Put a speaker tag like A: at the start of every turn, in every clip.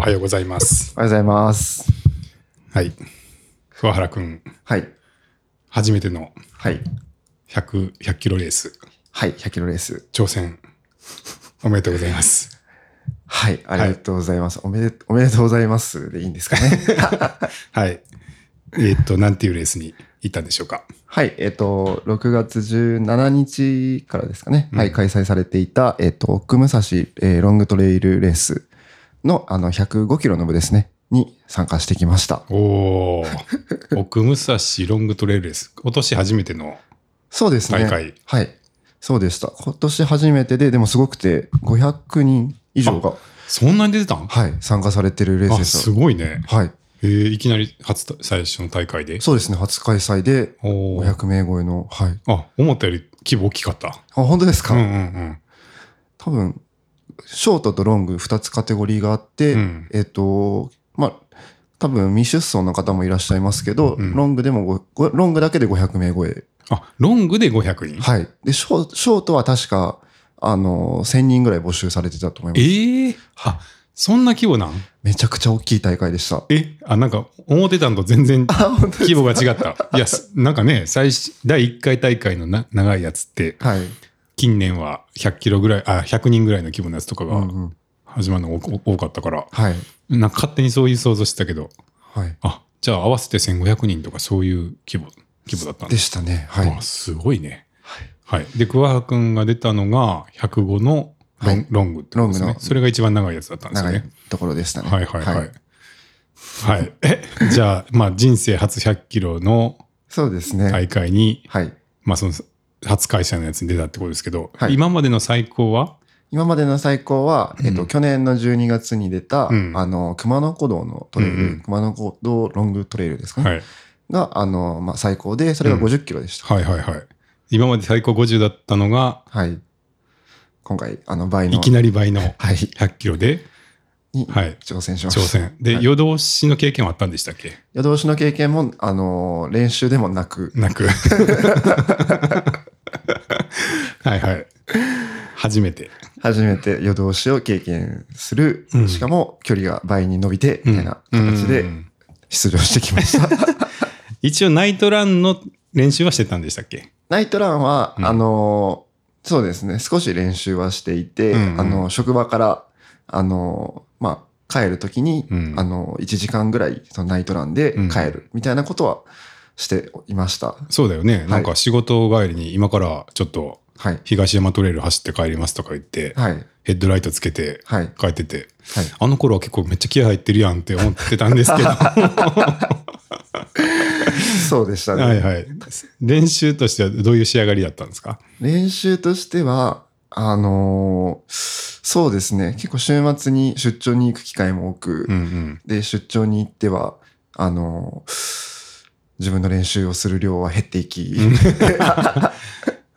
A: はようございます。
B: おはようございます。
A: はい。桑原くん、
B: はい。
A: 初めての
B: はい。
A: 100、100キロレース
B: はい。100キロレース。
A: 挑戦、おめでとうございます。
B: はい。ありがとうございます。おめで、おめでとうございます。でいいんですか ね。
A: はい。えーっと、なんていうレースに行ったんでしょうか。
B: はい。えっ、と、6月17日からですかね。はい。開催されていた、えっ、と、奥武蔵、えーロングトレイルレースの、あの、105キロの部ですね。に参加してきました。
A: おー、奥武蔵ロングトレイルレース、今年初めての、
B: そうですね。
A: 大会
B: はい。そうでした。今年初めてで、でもすごくて、500人以上が、
A: そんなに出てたん
B: はい。参加されてるレース
A: あ、
B: ですす。
A: ごいね。
B: はい。
A: えー、いきなり初た、最初の大会で。
B: そうですね。初開催で、
A: おー
B: 500名超えの、はい。
A: あ、思ったより規模大きかった。
B: あ、本当ですか、
A: うんうん
B: 多分、ショートとロング2つカテゴリーがあって、
A: うん。うん。
B: えっ、と、まあ、多分未出走の方もいらっしゃいますけど、
A: うん
B: ロングでもごご、ロングだけで500名超え。
A: あ、ロングで500人。
B: はい。で、ショーショートは確か、あの、1000人ぐらい募集されてたと思います。
A: ええあ、そんな規模なん
B: めちゃくちゃ大きい大会でした。
A: え、あ、なんか、思ってたんと全然
B: あ、本当です
A: 規模が違った。いや、すなんかね、最初、第1回大会のな長いやつって、
B: はい。
A: 近年は100キロぐらい、あ、100人ぐらいの規模のやつとか
B: うん
A: が
B: うん、
A: 始まるのが多多かったから、
B: はい。
A: なんか勝手にそういう想像してたけど、
B: はい。
A: あ、じゃあ合わせて1500人とかそういう規模、規模だったん
B: で
A: です。
B: したね。はい。
A: あすごいね。はい。で、桑原くんが出たのが105のロン,、
B: はい
A: ロングってことですね。
B: ロングの
A: それが一番長いやつだったんですよ
B: 長
A: ね
B: い。ところでしたね。
A: はいはいはい。はい。え、じゃあ、まあ人生初100キロの
B: そうですね。
A: 大会に、
B: はい
A: まあその初開催のやつに出たってことですけど、
B: はい
A: 今までの最高は
B: 今までの最高は、えっと、去年の12月に出た、
A: うん
B: あの、熊野古道のトレイル、
A: うんうん
B: 熊野古道ロングトレイルですかね。
A: はい。
B: が、あの、まあ、最高で、それが
A: うん
B: 50キロでした。
A: はいはいはい。今まで最高50だったのが、
B: はい。今回、あの、倍の。
A: いきなり倍の
B: はい。
A: 100キロで
B: に、
A: はい
B: 挑戦しまし
A: 挑
B: た。
A: 戦。で、
B: はい
A: 夜通しの経験はあったんでしたっけ
B: 夜通しの経験も、あの、練習でもなく、
A: な く。はいはい。初めて。
B: 初めて夜通しを経験する、
A: うん
B: しかも距離が倍に伸びて、みたいな形
A: う
B: で
A: ん
B: 出場してきました。
A: 一応ナイトランの練習はしてたんでしたっけ
B: ナイトランは、
A: うん
B: あのー、そうですね、少し練習はしていて、
A: うんうん
B: あの、職場から、あのー、まあ、帰るときに、
A: うん
B: あの、1時間ぐらい、そのナイトランで帰る、みたいなことはしていました。
A: そうだよね。なんか仕事帰りに今からちょっと
B: はい。
A: 東山トレイル走って帰りますとか言って、
B: はい。
A: ヘッドライトつけて
B: はい。はい。
A: 帰ってて、あの頃は結構めっちゃ気合入ってるやんって思ってたんですけど、は
B: そうでした
A: い
B: ね。
A: はい。練習としてはどういう仕上がりだったんですか
B: 練習としては、あのーそうですね、結構週末に出張に行く機会も多く、
A: うん
B: で、出張に行っては、あのー自分の練習をする量は減っていき、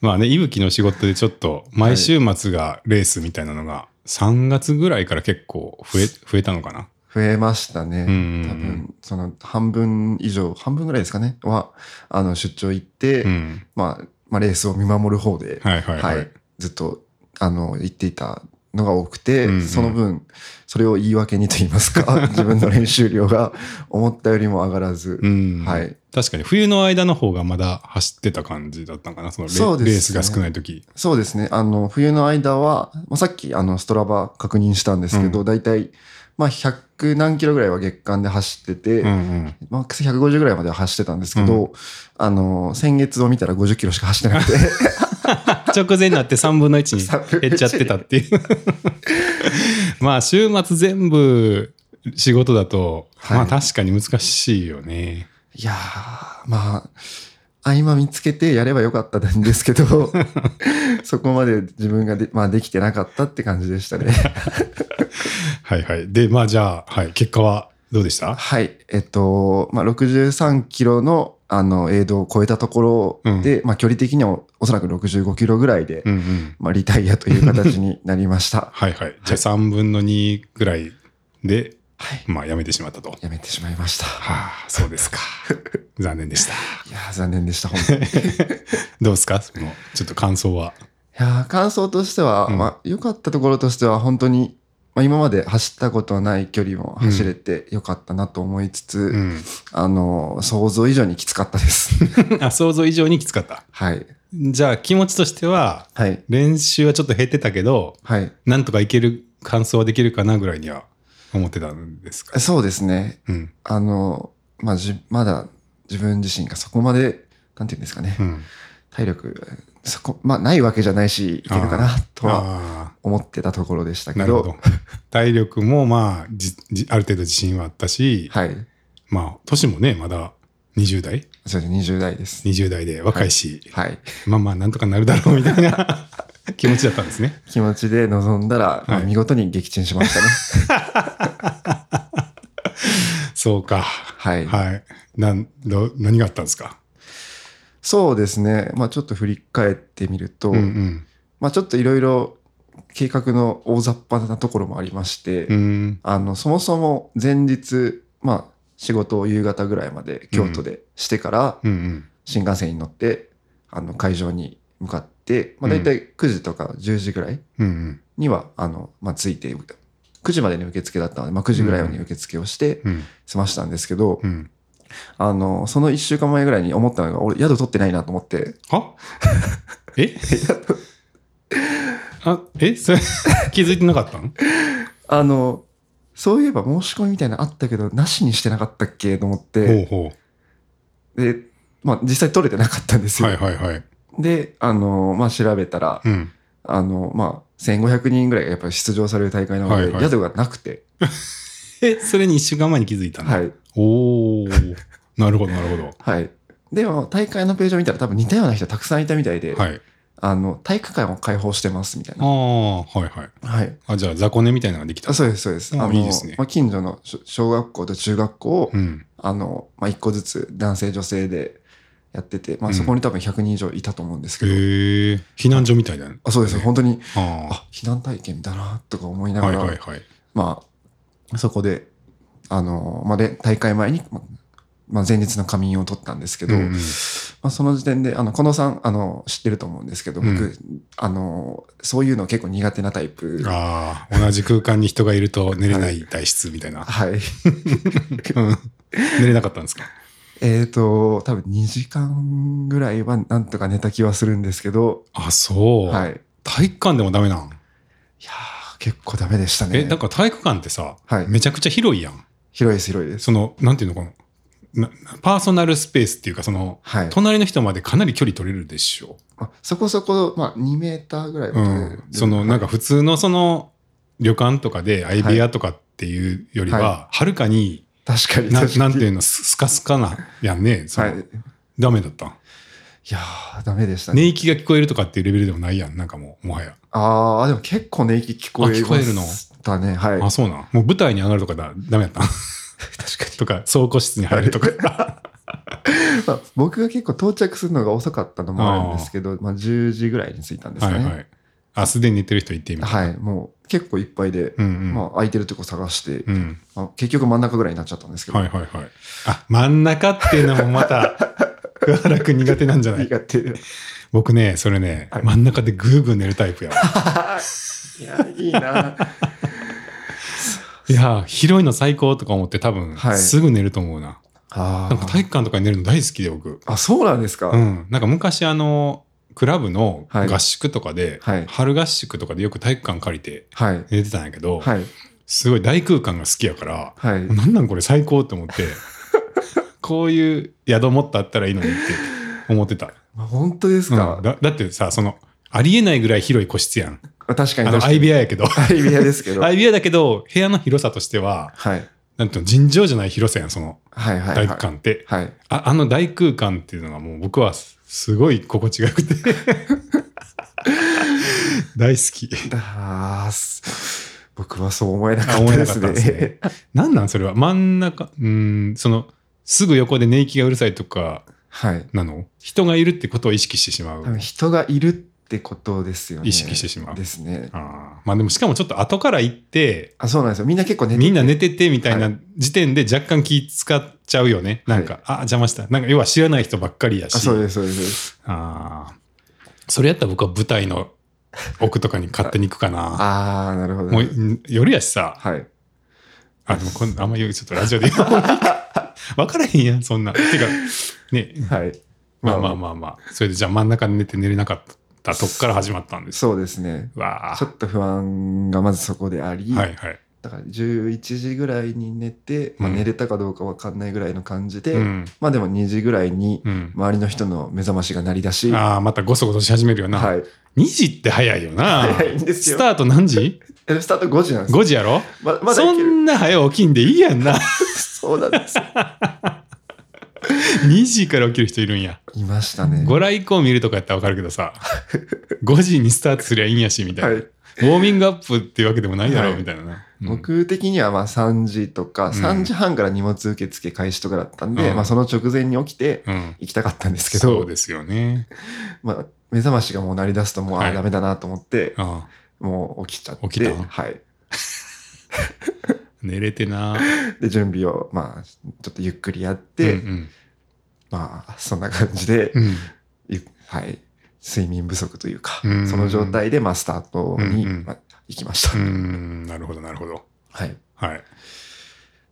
A: まあね、いぶきの仕事でちょっと毎週末がレースみたいなのが3月ぐらいから結構増え増えたのかな。
B: 増えました
A: う
B: ね。
A: んうんうん
B: 多分、その半分以上、半分ぐらいですかね、は、あの、出張行って、
A: うん。
B: まあ、まあ、レースを見守る方で、
A: はいはいはい。
B: ずっと、あの、行っていたのが多くて、
A: うんうん
B: その分、それを言い訳にと言いま すか、自分の練習量が思ったよりも上がらず、
A: うん。
B: はい。
A: 確かに冬の間の方がまだ走ってた感じだったのかな、そのレ
B: そうですね
A: レースが少ない時。
B: そうですね、あの、冬の間は、まあ、さっき、あの、ストラバ確認したんですけど、大体、まあ、100何キロぐらいは月間で走ってて、
A: うんうん。
B: マックス150ぐらいまでは走ってたんですけど、あの、先月を見たら50キロしか走ってなくて、
A: 直前になって3分の1
B: 3分
A: に
B: の1
A: 減っちゃってたっていう まあ週末全部仕事だと、
B: はい
A: まあ確かに難しいよね
B: いやー、まあ、合間見つけてやればよかったんですけ ど、そこまで自分がで,、まあ、できてなかったって感じ でしたね。
A: はいはいでまあじゃあ、はい、結果はどうでした
B: はい。えっと、まあ、63キロの、あの、エイドを超えたところで、まあ、距離的にはおそらく65キロぐらいで、
A: うんうん
B: まあ、リタイアという形になりまし た。
A: はいはいじゃあ3分の2ぐらいで
B: はい。
A: まあやめてしまったとは
B: やめてしまいました。
A: あそうですか 残念でした
B: いやー、残念でした、本当に。
A: どうですかそのちょっと感想はい
B: やー感想としては、
A: うん
B: まあ、良かったところとしては、本当に、まあ、今まで走ったことない距離も走れてよかったなと思いつ つ、
A: うん。
B: あの、想像以上にきつかったです。
A: あ、想像以上にきつかった。
B: はい。
A: じゃあ気持ちとしては、
B: はい。
A: 練習はちょっと減ってたけど、
B: はい。
A: なんとかいける、完走はできるかなぐらいには思ってたんですか。
B: そうですね。
A: うん。
B: あの、まあ、じ、まだ自分自身がそこまで、なんていうんですかね
A: う。ん。
B: 体力、そこ、まあ、ないわけじゃないし、いけるかなと
A: あ
B: は思ってたところでした
A: あ、
B: け
A: な
B: ど。
A: るほど。 体力もまあ、じじある程度自信はあったし、
B: はい。
A: まあ、年もね、まだ20代
B: そうですね、20代です。
A: ?20 代で若いし、
B: はい。
A: まあまあ、なんとかなるだろうみたいな 気持ちだったんですね。
B: 気持ちで臨んだら、まあ
A: はい
B: 見事に撃沈しまし たね。
A: そうか。
B: はい。
A: はい。なん、ど、何があったんですか
B: そうですね。まあちょっと振り返ってみると、
A: うん
B: まあちょっといろいろ計画の大雑把なところもありまして、
A: うん。うん。
B: あの、そもそも前日、まあ仕事を夕方ぐらいまで京都でしてから、
A: うんうん。
B: 新幹線に乗って、あの会場に向かって、まあ大体9時とか10時ぐらい
A: うんうん。
B: には、あの、まあ着いて、9時までに受付だったので、まあ9時ぐらいに受付をして
A: うん
B: 済ましたんですけど、
A: うん。
B: あの、その1週間前ぐらいに思ったのが、俺、宿取ってないなと思って、
A: は え あ、えそれ 気づいてなかったの
B: あの、そういえば申し込みみたいなのあったけど、なしにしてなかったっけと思っ
A: ほう
B: て、
A: ほ
B: で、まあ、実際取れてなかったんです
A: う。
B: よ。
A: はいはいはい。
B: で、あの、まあ、調べたら、
A: うん。
B: あの、まあ、1500人ぐらいがやっぱり出場される大会なので、
A: はいはい
B: 宿がなくて、
A: え、それに一週間前に気づいたの、
B: はい、
A: おお。なるほどなるほど。
B: はい。でも、大会のページを見たら多分似たような人たくさんいたみたいで、
A: はい。
B: あの、体育館を開放してますみたい
A: あ
B: な。
A: あ、はいはい。
B: はい。
A: あ、じゃあ雑魚寝みたいなのができた
B: あ。そうです、そうです。
A: うん
B: あの、
A: いいですね
B: まあ、近所の小小学校と中学校を、
A: うん。
B: あの、まあ、一個ずつ男性女性でやってて、ま
A: う
B: あ、
A: ん
B: そこに多分100人以上いたと思うんですけど、
A: へえ。避難所みたいな。
B: あそうです、本当に、
A: あ
B: あ、避難体験だな、とか思い
A: あ。
B: なが
A: はい
B: ら、
A: はいはい。
B: まあ、そこで、あの、まあ、で、大会前に、まあまあ、前日の仮眠を取ったんですけど、
A: うんうん
B: まあ、その時点で、あの、このさん、あの、知ってると思うんですけど、僕、
A: う
B: あの、そういうの結構苦手なタイプ。
A: ああ、同じ空間に人がいると寝れない体質みたいな。
B: はい。
A: うん寝れなかったんですか
B: えっと、多分2時間ぐらいはなんとか寝た気はするんですけど、
A: あ、そう。
B: はい。
A: 体育館でもダメなん。
B: いやー、結構ダメでしたね。
A: え、だから体育館ってさ、
B: はい。
A: めちゃくちゃ広いやん。
B: 広いです、広いです。
A: その、なんていうのかな。なパーソナルスペースっていうか、その、
B: はい。
A: 隣の人までかなり距離取れるでしょ。
B: まあそこそこ、まあ、2メーターぐらいは
A: う
B: 取れる
A: ん。その、なんか、普通のその、旅館とかで、相部屋とかっていうよりは、
B: は
A: はるかに、
B: 確かに。
A: な
B: 確か
A: な
B: に
A: んていうの、ススカスカなやんね。そ
B: は
A: の
B: い。い
A: ダメだったん。
B: やー、ダメでしたね。
A: 寝息が聞こえるとかっていうレベルでもないやん。なんかもう、もはや。
B: あー、でも結構寝息聞こえ
A: あ聞こえるの
B: ましたね。はい。
A: あ、そうなん。もう舞台に上がるとかだ、ダ メだったん
B: 確か
A: とか、倉庫室に入るとか。
B: に。まあ、僕が結構到着するのが遅かったのもあるんですけど、まあ、10時ぐらいに着いたんですかね。
A: はいはい。あ、すでに寝てる人いてみたいな。
B: はいもう結構いっぱいで、
A: うんうん。
B: まあ、空いてるとこ探して、
A: うん。
B: まあ結局真ん中ぐらいになっちゃったんですけど、
A: はいはいはい。あ、真ん中っていうのもま た、桑原くん苦手なんじゃない
B: 苦手で。
A: 僕ね、それね、
B: はい
A: 真ん中でぐーぐー寝るタイプやわ。
B: いや、いいな。
A: いやー、広いの最高とか思って多分、
B: はい
A: すぐ寝ると思うな。
B: あ
A: なんか体育館とかに寝るの大好きで僕。
B: あ、そうなんですか。
A: うん。なんか昔あの、クラブの
B: はい
A: 合宿とかで、
B: はい
A: 春合宿とかでよく体育館借りて
B: はい。
A: 寝てたんやけど、
B: はい。
A: すごい大空間が好きやから、
B: はい。
A: なんなんこれ最高って思っ て、こういう宿もっとあったらいいのにって思ってた。
B: まあ本当ですか、
A: うんだだってさ、その、ありえないぐらい広い個室やん。
B: 確か
A: あ
B: に
A: の、
B: 確かに
A: 相部屋やけ ど。
B: 相部屋です けど。はい。
A: 相部屋だけど、部屋の広さとしては、
B: はい
A: なんていうの、尋常じゃない広さやん、その
B: はいは
A: 大
B: い。
A: 空間って。
B: はい。
A: ああの大空間っていうのがもう僕はすすごい心地が よくて。大好き。
B: だーす僕はそう思えなか
A: あ
B: っ
A: 思
B: た
A: え
B: で
A: なか
B: す
A: った
B: ね。
A: んですね。なんなんそれは真ん中、うん、その、すぐ横で寝息がうるさいとか、
B: はい。
A: なの人がいるってことを意識してしまう
B: 多。分人がいるってことですよね。
A: 意識してしまう
B: ですね。
A: あーまあでもしかもちょっと後から行って、
B: あ、そうなんですよ。みんな結構寝て
A: みんな寝ててみたい
B: は
A: な時点で若干気使っちゃうよね。なんか、あ、邪魔した。なんか要は知らない人ばっかりや
B: あ
A: し。
B: そうです、そうです。
A: あーそれやったら僕は舞台の奥とかに勝手に行くかな。
B: ああ、なるほど。
A: もう、ん夜やしさ、
B: はい。
A: あ、でもこんあんま言う、ちょっとラジオで言う。 分からへんやん、そんな。てか、ね、
B: はい。
A: まあまあまあまあ。それでじゃあ真ん中に寝て寝れなかったとこから始まったんです。
B: そうですね。
A: わあ。
B: ちょっと不安がまずそこであり、
A: はいはい。
B: だから11時ぐらいに寝て、まあ、
A: うん
B: 寝れたかどうかわかんないぐらいの感じで、
A: うん。
B: まあでも2時ぐらいに
A: うん。
B: 周りの人の目覚ましが鳴り出し、
A: ああ、またごそごそし始めるよな。
B: はい。
A: 2時って早いよな。
B: 早いんですよ
A: スタート何時
B: えスタート5時なん ですよ
A: ?5 時やろ
B: ままだ
A: そ
B: いける。
A: んな早起きんでいいやん な。
B: そうなんです。
A: 2時から起きる人いるんや。
B: いましたね。
A: ご来光見るとかやったらわかるけどさ、5時にスタートすりゃいいんやし、みたいな。
B: はい。
A: ウォーミングアップっていうわけでもないだろう、
B: はい
A: みたいなな。うん
B: 僕的にはまあ3時とか、
A: ん
B: 3時半から荷物受付開始とかだったんで、
A: うん
B: まあその直前に起きて
A: うん。
B: 行きたかったんですけど、
A: そうですよね。
B: まあ目覚ましがもう鳴り出すともう、
A: は
B: あ
A: い
B: ダメだなと思って、
A: ああ
B: もう起きちゃって、
A: 起きた
B: はい。
A: 寝れてな。
B: で、準備をまあちょっとゆっくりやって、
A: うん
B: まあそんな感じで、
A: うんうん
B: ゆはい。睡眠不足というか、
A: うん
B: その状態でまあスタートに、
A: うんうん
B: まあ、行きました。
A: うーん、なるほど、なるほど。
B: はい。
A: はい。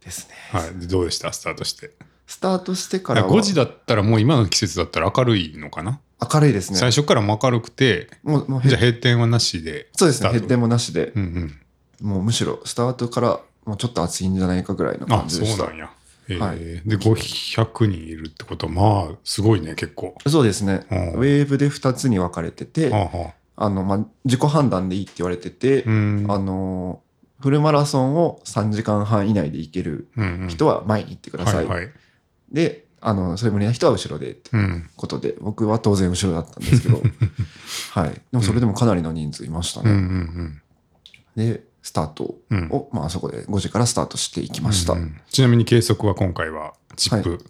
B: ですね。
A: はい、でどうでしたスタートして。
B: スタートしてからは
A: 5時だったら、もう今の季節だったら明るいのかな、
B: 明るいですね。
A: 最初からも明るくて、
B: もうもうへ
A: じゃあ閉店はなしで。
B: そうですね。
A: スタート
B: 減点もなしで、
A: うん
B: もうむしろスタートからもうちょっと暑いんじゃないかぐらいの
A: うん。あ
B: 感、じ
A: そ
B: でし
A: う
B: た。
A: なんや。えー
B: はい
A: で、500人いるってことは、まあ、すごいね、結構。
B: そうですね。
A: う
B: ウ
A: ん
B: ェーブで2つに分かれてて、
A: はあ
B: あ
A: はあ
B: の、まあ、自己判断でいいって言われてて
A: う、ん
B: あの、フルマラソンを3時間半以内で行ける
A: うんうん
B: 人は前に行ってください。
A: はいはい。
B: で、あの、それ無理な人は後ろでって
A: うん。
B: ことで、僕は当然後ろだったんです けど、はい。でもそれでもかなりの人数いました
A: うんう
B: ね。
A: ん
B: で、スタート
A: うん。うん。
B: を、まあ、あそこで5時からスタートしていきました。
A: うんうんちなみに計測は今回は、チップ。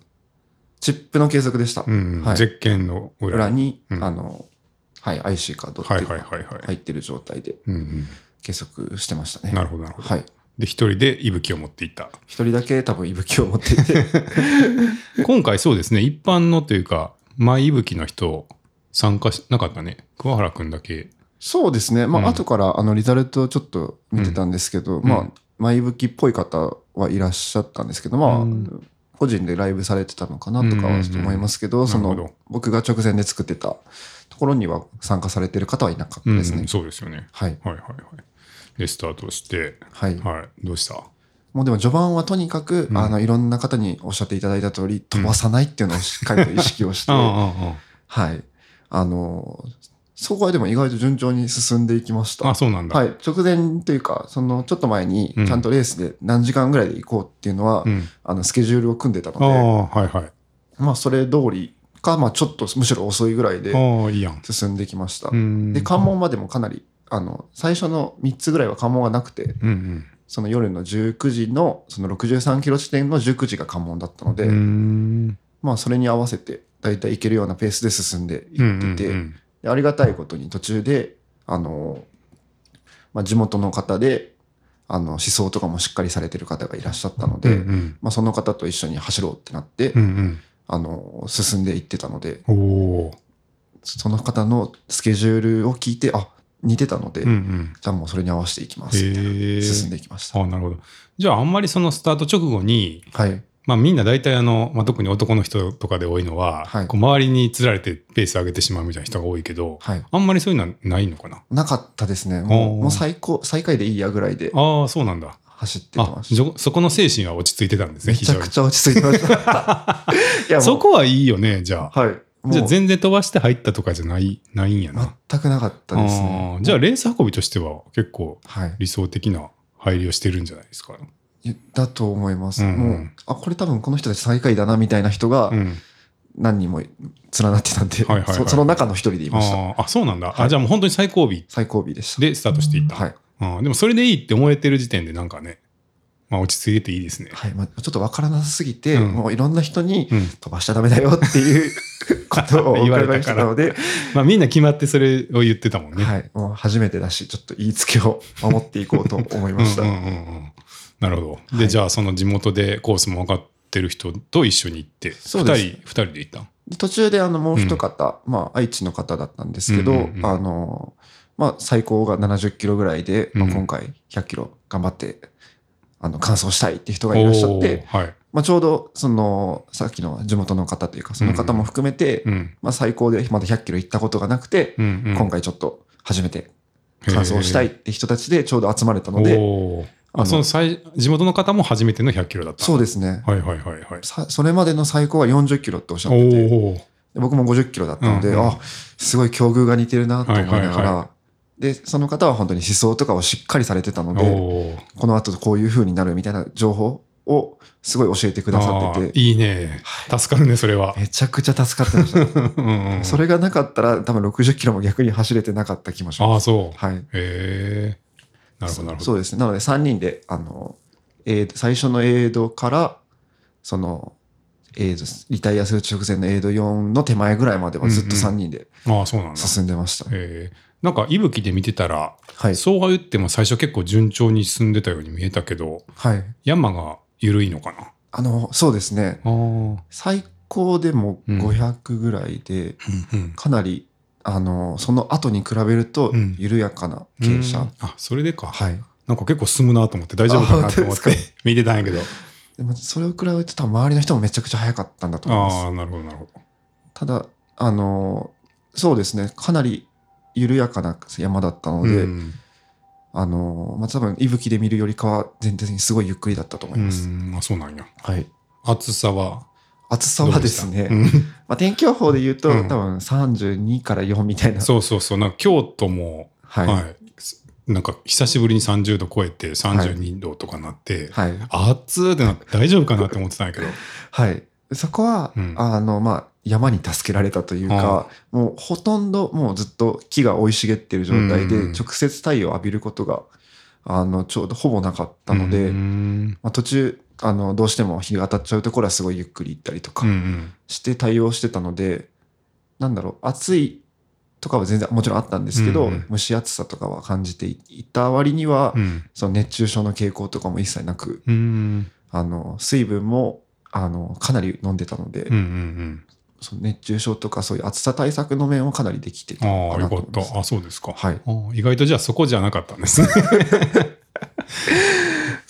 B: チップの計測でした。
A: うんうん
B: はい
A: ゼッケンの裏。
B: 裏に、
A: うん
B: あの、はい、IC カードって
A: はいいう
B: の
A: はい
B: が
A: はいはい。
B: 入ってる状態で
A: うん
B: 計測してました
A: う
B: ね。
A: ん、なるほどなるほど。
B: はい。
A: で、一人で息吹を持っていった。
B: 一人だけ多分息吹を持っていて、
A: 今回そうですね、一般のというか、前息吹の人、参加しなかったね。桑原くんだけ。
B: そうですね。まあ、
A: うん
B: 後からあのリザルトをちょっと見てたんですけど、
A: んう
B: ま
A: ん
B: あ、前吹きっぽい方はいらっしゃったんですけど、まあ、
A: うん
B: 個人でライブされてたのかなとかはちょっと思いますけど、
A: んうん
B: そ
A: なるほ
B: の
A: ど、
B: 僕が直前で作ってたところには参加されてる方はいなかった
A: うん、
B: ですね。
A: そうですよね。
B: はい。
A: はいはいはい。で、スタートして、
B: はい。
A: はい、どうした
B: もうでも序盤はとにかく、
A: うん
B: あの、いろんな方におっしゃっていただいた通り、飛ばさないっていうのをしっかりと意識をして、
A: あ
B: はい。あの、そこはでも意外と順調に進んでいきまし
A: あ、
B: た。
A: そうなんだ。
B: はい。直前というか、そのちょっと前に
A: うん、
B: ちゃんとレースで何時間ぐらいで行こうっていうのは、
A: うん、
B: あの、スケジュールを組んでたの
A: あ
B: で、
A: あ、はいはい。
B: まあ、それ通りか、まあ、ちょっとむしろ遅いぐらいで
A: ああ、いいやん。
B: 進んできました
A: う。ん
B: で、関門までもかなり、あの、最初の3つぐらいは関門がなくて、
A: うんうん。
B: その夜の19時の、その63キロ地点の19時が関門だったので、
A: うん
B: まあ、それに合わせて、だいたい行けるようなペースで進んで
A: うん
B: いってて、
A: うんうん
B: でありがたいことに途中で、あの、まあ、地元の方で、あの、思想とかもしっかりされてる方がいらっしゃったので、
A: うん
B: まあ、その方と一緒に走ろうってなって、
A: うんうん
B: あの、進んでいってたので、
A: うん、おー
B: その方のスケジュールを聞いて、あ、似てたので、
A: うんうん
B: じゃあもうそれに合わせていきます
A: へ
B: みたいな。
A: え
B: 進んでいきました。
A: あなるほどじゃああんまりそのスタート直後に、
B: はい。
A: まあ、みんな大体あの、まあ、特に男の人とかで多いのは、
B: はい
A: こう周りにつられてペース上げてしまうみたいな人が多いけど
B: はい。
A: あんまりそういうのはないのかな
B: なかったですね。も
A: おー
B: うもう最高、最下位でいいやぐらいで
A: ああそうなんだ
B: 走ってま
A: あ
B: した。
A: そそこの精神は落ち着いてたんですね
B: めちゃく
A: 非
B: ちゃ落ち着いてました。
A: 常
B: いや、
A: に
B: も、
A: そうこはいいよねじゃあ
B: はい。もう
A: じゃあ全然飛ばして入ったとかじゃないないんやな、
B: 全くなかったですね
A: あ。ーじゃあレース運びとしては結構
B: はい。
A: 理想的な入りをしてるんじゃないですか、
B: だと思います。
A: うんうん
B: もう、あ、これ多分この人たち最下位だなみたいな人が
A: うん、
B: 何人も連なってたんで、
A: はいはいはい
B: そその中の一人でいました。
A: あーあそうなんだ、
B: は
A: あ
B: い
A: じゃあもう本当に最後尾
B: 最後尾でした。
A: でスタートしていった、
B: はい。
A: あーでもそれでいいって思えてる時点でなんかね、まあ、落ち着いてていいですね、
B: はい。まあ、ちょっとわからなさすぎて、
A: うん
B: もういろんな人に
A: うん
B: 飛ばしちゃダメだよって いうことをお
A: 言われたから
B: 伺いしてたので、
A: まあ、みんな決まってそれを言ってたもんね、
B: はい。もう初めてだし、ちょっと言いつけを守っていこうと思いました。
A: うんうんうんうんなるほどで、
B: はい
A: じゃあその地元でコースも分かってる人と一緒に行って
B: そ
A: 2
B: う
A: 人
B: です
A: 二人で行った
B: で途中であのもう一方、まあ愛知の方だったんですけど、
A: うんうんうん
B: あのまあ、最高が70キロぐらいで、ま
A: う
B: あ、
A: ん
B: 今回100キロ頑張って、あの、完走したいって人がいらっしゃって、
A: おーはい。
B: まあ、ちょうど、その、さっきの地元の方というか、その方も含めて、
A: うん。
B: まあ、最高でまだ100キロ行ったことがなくて、
A: うん、うん。
B: 今回ちょっと初めて完走したいって人たちでちょうど集まれたので、
A: おー
B: あの
A: あその最地元の方も初めての100キロだった。
B: そう
A: で
B: ですね。
A: はいはいはいはい。
B: さそれまでの最高は40キロっておっしゃってて、
A: おおー。
B: で僕も50キロだったので、
A: うんうん
B: あすごい境遇が似てるなと思いながら、
A: はいはい
B: でその方は本当に思想とかをしっかりされてたので
A: おー
B: この後こういう風になるみたいな情報をすごい教えてくださって
A: あー
B: て
A: いいね。助かるね、それ は。
B: めちゃくちゃ助かってました、
A: うんうん
B: それがなかったら多分60キロも逆に走れてなかった気もし
A: あ
B: ま
A: あ、
B: す
A: そう。
B: はい
A: へえ。なるほど、なるほ
B: そ
A: ど。
B: うですねなので3人であの、えー最初のエイドからその、えーリタイアする直前のエイド4の手前ぐらいまではずっと3人で
A: ああ、そうなんだ。
B: 進んでました、
A: へえ。なんか、いぶきで見てたら、
B: はい
A: そうは言っても最初結構順調に進んでたように見えたけど、
B: はい
A: 山が緩いのかな。
B: あのそうですね
A: ああ。うん
B: 最高でも
A: うん
B: 500ぐらいで、
A: うん。
B: かなりあのその後に比べると
A: うん
B: 緩やかな傾
A: う
B: 斜、
A: んあ、それでか。
B: はい
A: なんか結構進むなと思って、大丈夫かなと思っ
B: あ本
A: て
B: 当
A: 見てたんやけど。
B: でもそれを比べると多分周りの人もめちゃくちゃ早かったんだと思います
A: ああ、なるほど、なるほど。
B: ただあのそうですねかなり緩やかな山だったので、
A: うん
B: あのまあ多分息吹で見るよりかは全体的にすごいゆっくりだったと思います、
A: うん、あそうなんや。
B: はい
A: 暑さは
B: 暑さ
A: どう
B: はで
A: した
B: すね、
A: うん
B: まあ、天気予報で言うと、
A: うん
B: 多分32から4みたいな
A: そうそうそう。なんか 京都も、
B: はい
A: は
B: はい、
A: い。なんか久しぶりに30度超えて32度とかなって、
B: はい
A: 暑ってなって大丈夫かなって思ってたんやけど。
B: そこは、
A: うん
B: あのまあ山に助けられたというか、もうほとんどもうずっと木が生い茂ってる状態で、
A: うん
B: 直接太陽を浴びることがあのちょうどほぼなかったので、
A: うん
B: まあ、途中あのどうしても日が当たっちゃうところはすごいゆっくり行ったりと
A: う
B: か
A: ん
B: して対応してたので、なんだろう暑いとかは全然もちろんあったんですけど、
A: うんうん
B: 蒸し暑さとかは感じていた割には、
A: うん
B: その熱中症の傾向とかも一切なく
A: うん
B: あの水分もあのかなり飲んでたので、
A: うんうん
B: その熱中症とかそういう暑さ対策の面をかなりできて
A: う
B: た
A: ん。あ
B: か
A: あ、
B: な
A: よか
B: と思
A: っ
B: います。
A: た。あ、そうですか。
B: はい、
A: あー意外とじゃあそこじゃなかったんです ね。
B: そうです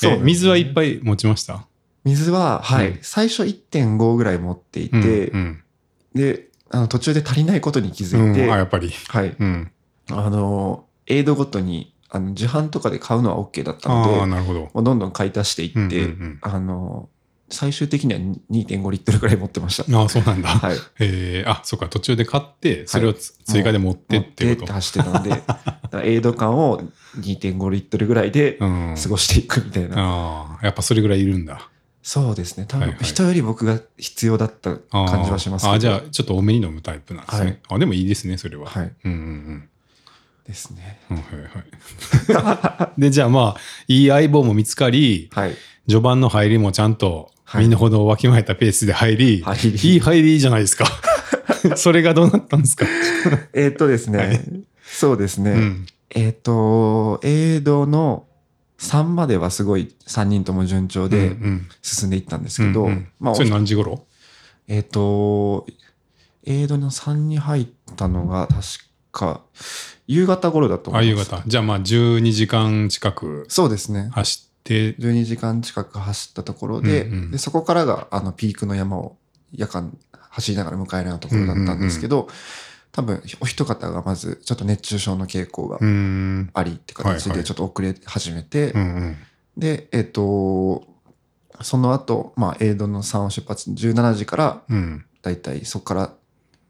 A: え
B: ね
A: 水はいっぱい持ちました。
B: 水は、はい
A: うん
B: 最初1.5ぐらい持っていて、
A: うん
B: であの途中で足りないことに気
A: う
B: づ
A: ん
B: いて、
A: うんあ、やっぱり。
B: はい、
A: うん、
B: あのエイドごとにあの自販とかで買うのは OK だったの
A: ああ、
B: で
A: なるほど。
B: もうどんどん買い足していって、
A: うん
B: あの最終的には2.5リットルぐらい持ってまし
A: う
B: た。
A: ん、ああ、そうなんだ。
B: はい、
A: えー、あそうか途中で買ってそれをつ、追加で持って
B: 持
A: っ
B: って
A: い
B: て
A: う
B: っ
A: こ
B: て
A: と。
B: 走ってたんでだからエイド缶を2.5リットルぐらいで
A: うん、
B: 過ごしていくみたいな、
A: ああやっぱそれぐらいいるんだ。
B: そうですね多
A: はい
B: 分
A: はい
B: 人より僕が必要だった
A: あー
B: 感じはしますけど
A: あーじゃあちょっと多めに飲むタイプなんですね。
B: はい
A: あでもいいですねそれは。
B: はい
A: うんうん
B: ですね
A: うんうんはいはい、 でじゃあまあいい相棒も見つかり
B: はい
A: 序盤の入りもちゃんと
B: はい
A: みんなほどわきまえたペースで入り、
B: 入り
A: いい入りじゃないですか。それがどうなったんですか。
B: えーっとですね、
A: はい
B: そうですね、
A: うん
B: えーっとエイドの3まではすごい3人とも順調
A: うんう
B: で
A: ん
B: 進んでいったんですけど、
A: うんうん
B: まあ
A: それ何時頃
B: えっ、と、エイドの3に入ったのが確か夕方頃だと思
A: あ
B: い
A: 夕
B: ます。
A: 方。じゃあまあ12時間近く
B: そうですね。
A: 走って
B: 12時間近く走ったところで、
A: うんうん
B: でそこからがあのピークの山を夜間走りながら迎えるようなところだったんですけど、多分お一方がまずちょっと熱中症の傾向が
A: うーん
B: ありって
A: は
B: 形
A: いは
B: で
A: い
B: ちょっと遅れ始めて、
A: うんうん
B: で、えっ、と、その後、まあ、エイドの3を出発、17時から
A: うん
B: だいたいそこから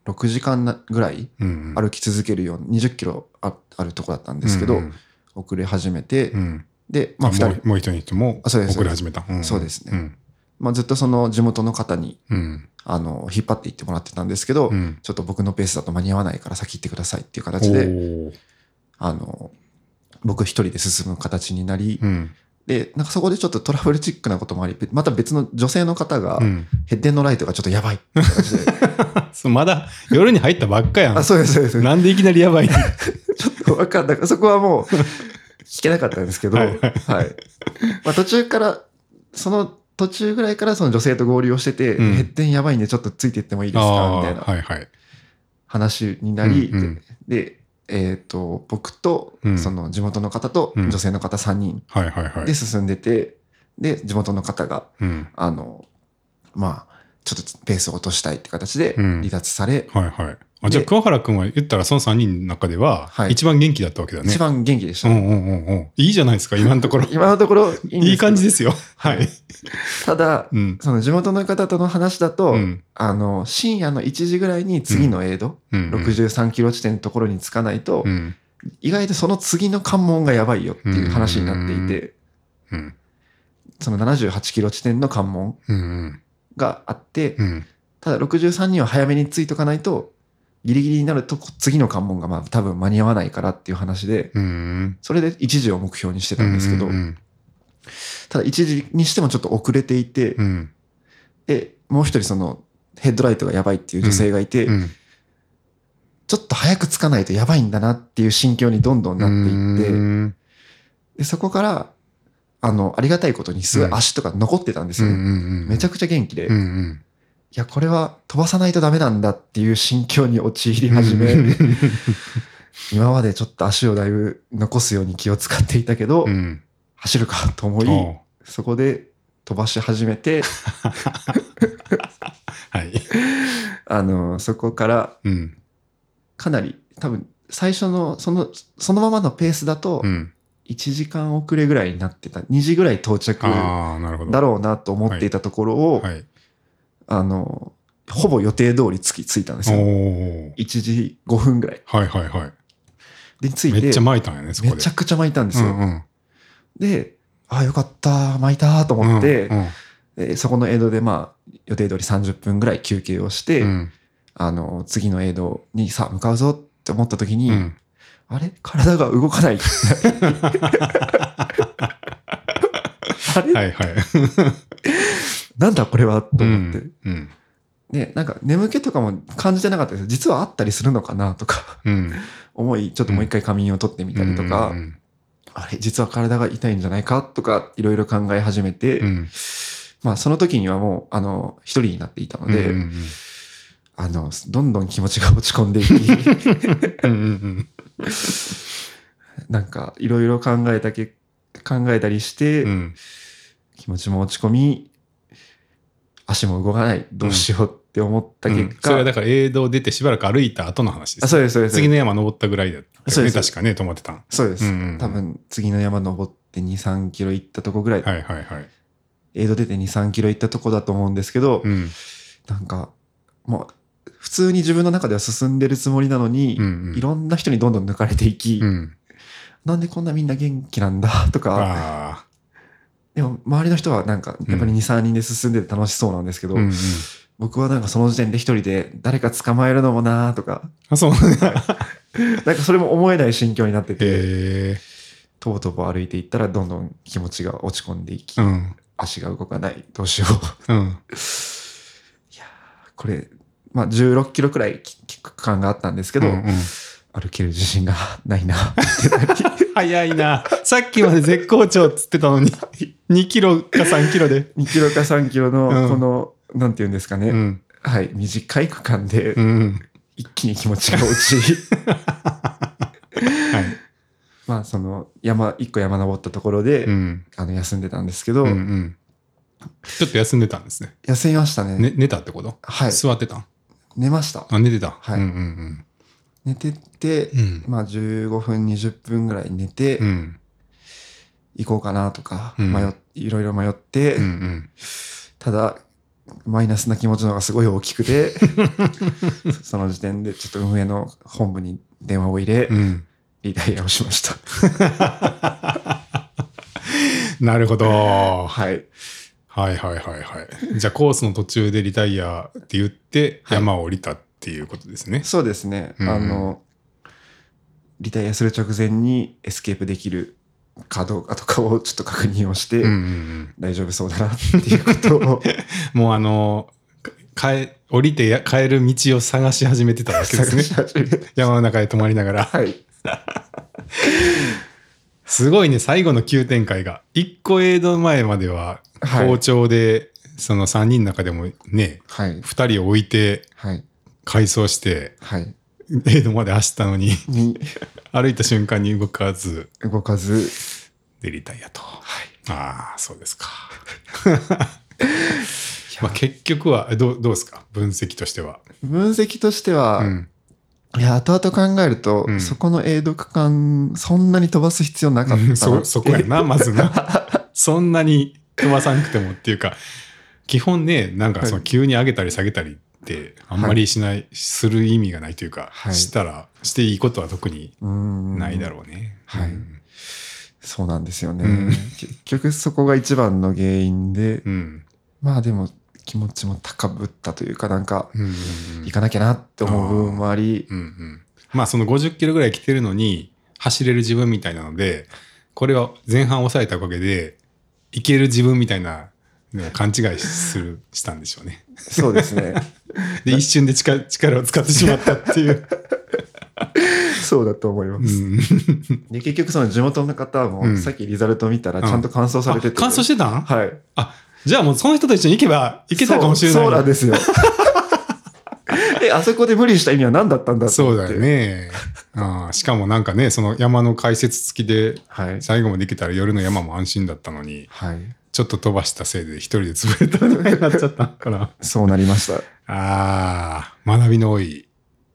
B: 6時間なぐらい
A: うんうん
B: 歩き続けるように20キロああるとこだったんですけ
A: う
B: ど、
A: ん
B: 遅れ始めて、
A: うんうん
B: で、ま
A: まあ、
B: あ、
A: も
B: 2人
A: う、もう一人も
B: あそうです
A: 遅れ始めた。ん
B: そうです
A: う
B: ね、
A: ん
B: まあ、ずっとその地元の方に
A: うん
B: あの引っ張っていってもらってたんですけど、
A: うん
B: ちょっと僕のペースだと間に合わないから先行ってくださいっていう
A: お
B: 形で
A: ー
B: あの僕一人で進む形になり、
A: うん
B: でなんかそこでちょっとトラブルチックなこともありまた別の女性の方が
A: うん
B: ヘッデンのライトがちょっとやばいって形で
A: そうまだ夜に入ったばっかや
B: あ
A: ん。
B: そうですそうです
A: なんでいきなりやばい
B: 分かんなかったそこはもう聞けなかったんですけど、
A: はい
B: はいまあ、途中からその途中ぐらいからその女性と合流をしてて「
A: うん
B: ヘッデンやばいんでちょっとついていってもいいです
A: あ
B: か?」みたい
A: ー
B: な
A: はいはい。
B: 話になり、
A: うんうん
B: ででえっ、と、僕と
A: う、ん
B: その地元の方と
A: うん
B: 女性の方3人
A: はいはいはい。
B: で進んでて、で、地元の方が、
A: うん。
B: あの、まあ、ちょっとペースを落としたいって形で
A: うん
B: 離脱され、
A: はいはい。あじゃあ
B: で
A: 桑原君は言ったらその3人の中では
B: はい
A: 一番元気だったわけだね。
B: 一番元気でし
A: う
B: た。
A: んうんうんうん。いいじゃないですか、今のところ。
B: 今のところいいんですけど
A: いい感じですよ。はい。
B: ただ、
A: うん。
B: その地元の方との話だと、
A: うん。
B: あの、深夜の1時ぐらいに次のエイド、
A: うん。
B: 63キロ地点のところに着かないと、
A: うん。
B: 意外とその次の関門がやばいよっていう話になっていて、
A: うん。
B: その78キロ地点の関門
A: うん。うん
B: があって、
A: うん。
B: ただ63人は早めについとかないと、ギリギリになるとこ次の関門がまあ多分間に合わないからっていう話で、
A: うん。
B: それで1時を目標にしてたんですけど
A: う、ん。
B: ただ1時にしてもちょっと遅れていて
A: う、ん。
B: で、もう一人そのヘッドライトがやばいっていう女性がいて
A: う、ん
B: ちょっと早く着かないとやばいんだなっていう心境にどんどんなって
A: う
B: いって、
A: ん
B: でそこから、あの、ありがたいことにすごい足とか残ってたんです
A: うん
B: よ
A: う
B: ね。
A: ん。
B: めち
A: ゃ
B: ゃくちゃ元気で、
A: う
B: い
A: ん
B: や、これは飛ばさないとダメなんだっていう心境に陥り
A: うん。
B: 始め、
A: うん
B: 今までちょっと足をだいぶ残すように気を使っていたけど、
A: うん。
B: 走るかと思い、
A: おう
B: そこで飛ばし始 めて、
A: はい。
B: あの、そこから
A: うん。
B: かなり、多分、最初の、その、そのままのペースだと
A: う、ん。
B: 1時間遅れぐらいになってた、2時ぐらい到着
A: ああ、なるほど。
B: だろうなと思っていたところを、
A: はい。
B: あの、ほぼ予定通り着き、着いたんです
A: お
B: よ。
A: お。
B: 1時5分ぐらい。
A: はいはいは
B: で、着い
A: い。
B: て、
A: めっちゃ巻いたんやね、そこ
B: め
A: で。
B: ちゃくちゃ巻いたんですよ。
A: うんうん
B: で、ああ、よかった、巻いたーと思って、
A: うん
B: でそこの江戸でまあ、予定通り30分ぐらい休憩をして、
A: うん
B: あの、次の江戸にさあ向かうぞって思った時に、
A: うん
B: あれ体が動 かない。あれ、
A: はいはい。
B: なんだこれはと思って。
A: うん。
B: で、なんか眠気とかも感じてなかったです。実はあったりするのかなとか
A: うん。
B: 思い、ちょっともう一回仮眠を取ってみたりとか、
A: うん
B: あれ実は体が痛いんじゃないかとか、いろいろ考え始めて、
A: うん
B: まあその時にはもう、あの、一人になっていたの
A: うん。
B: で、
A: うんうん
B: あの、どんどん気持ちが落ち込んでいき、
A: うんうん
B: なんかいろいろ考えたけ、考えたりして、
A: うんうん
B: 気持ちも落ち込み、足も動かない、どうしようって思った
A: う
B: 結
A: んそ
B: 果、
A: れはだから映像出てしばらく歩いた後の話で
B: あ
A: す。
B: そうです、そうです。
A: 次の山登ったぐらいだった
B: そ
A: よ
B: う
A: ね。
B: です
A: 確かね、止まってたん。
B: そうです、
A: うんうんうん
B: 多分次の山登って2、3キロ行ったとこぐらい、
A: はいはいはい。
B: 江戸出て2、3キロ行ったとこだと思うんですけど、
A: うん。
B: なんか、もう、普通に自分の中では進んでるつもりなのに、
A: うんうん
B: いろんな人にどんどん抜かれていき、
A: うん。
B: なんでこんなみんな元気なんだとか、
A: ああ。
B: でも周りの人はなんか、やっぱり2、3人で進んでて楽しそうなんですけど、
A: うんうん
B: 僕はなんかその時点で一人で誰か捕まえるのもなーとか、
A: あ、そうなんだ。
B: なんかそれも思えない心境になってて、
A: へえ。
B: とぼとぼ歩いていったらどんどん気持ちが落ち込んでいき、
A: うん。
B: 足が動かない、どうしよう。
A: うん。
B: いやーこれ、まあ16キロくらいきき区間があったんですけど、
A: うんうん
B: 歩ける自信がな いな。
A: 早いな。さっきまで絶好調っつってたのに、2キロか3キロで。
B: 2キロか3キロ
A: うん
B: のこの、なんて言うんですかね、
A: うん。
B: はい、短い区間で
A: うんうん。
B: 一気に気持ちが落ち、
A: はい。
B: まあその山、一個山登ったところで、
A: うん。
B: あの休んでたんですけど、
A: うんうんちょっと休んでたんですね。
B: 休みましたね。
A: ね寝たってこと
B: はい、
A: 座ってたん
B: 寝ました。
A: あ、寝てた。
B: はい
A: うんうん
B: 寝てて、
A: うん。うん。
B: まあ15分、20分ぐらい寝て、
A: うん。
B: 行こうかなとか、
A: うん
B: 迷っいろいろ迷って、
A: うんうん。
B: ただ、マイナスな気持ちの方がすごい大き くて、その時点でちょっと運営の本部に電話を入れ
A: う、ん。
B: リタイアをしました。
A: なるほど。は
B: はい。
A: いはいはいはい。じゃあコースの途中でリタイアって言って
B: はい
A: 山を降りたっていうことですね。
B: そうですね。
A: うん
B: あの、リタイアする直前にエスケープできるかどうかとかをちょっと確認をして、
A: うんうんうん。
B: 大丈夫そうだなってい うことを
A: もうあの、かえ降りてや帰る道を探し始めてたわけで
B: 探
A: すね
B: し。始めて。
A: 山の中で泊まりながら。
B: はい。
A: すごいね、最後の急展開が。一個エイド前までは、
B: はい
A: 校長で、その3人の中でもね、
B: はい。
A: 2人を置いて、
B: はい。
A: 改装して、
B: はい。
A: 程度まで走ったのに、
B: に
A: 歩いた瞬間に動かず、
B: 動かず、
A: でリタイアと。ああ、そうですか。まあ結局は、えどうどうですか分析としては。
B: 分析としては、
A: うん。
B: いや、後々考えると、
A: うん
B: そこの永読感、そんなに飛ばす必要なかったな。
A: そ、そこやな、まず な。そんなに飛ばさなくてもっていうか、基本ね、なんかその急に上げたり下げたりって、あんまりしない、する意味がないというか、
B: はい
A: したら、していいことは特に
B: うん
A: ないだろうね。
B: はい
A: うん
B: そうなんですよね。
A: うん
B: 結局そこが一番の原因で、
A: うん。
B: まあでも気持ちも高ぶったというか、なんか、
A: うんうんうん
B: 行かなきゃなって思う部分もあり、
A: うんうん、まあその50キロぐらい来てるのに走れる自分みたいなのでこれは前半抑えたおかげでいける自分みたいなのを勘違いするしたんでしょう ね。
B: そうです ね。
A: で一瞬で力力を使ってしまったっていう。
B: そうだと 思いうま
A: ん
B: す。で、結局その地元の方も、
A: うん
B: さっきリザルト見たら
A: うん
B: ちゃんと完走されてて。
A: あ完走してたん
B: はい。
A: じゃあもうその人と一緒に行けば行けたかもしれない。
B: そうそうなんで すよ。え、あそこで無理した意味は何だったんだって。
A: そうだよ。ね。ああしかもなんかねその山の解説付きで
B: はい。
A: 最後まで行けたら夜の山も安心だったのに
B: はい。
A: ちょっと飛ばしたせいで一人で潰れたみたいになっちゃったから。
B: そうなりました。い
A: ああ、学びの多い。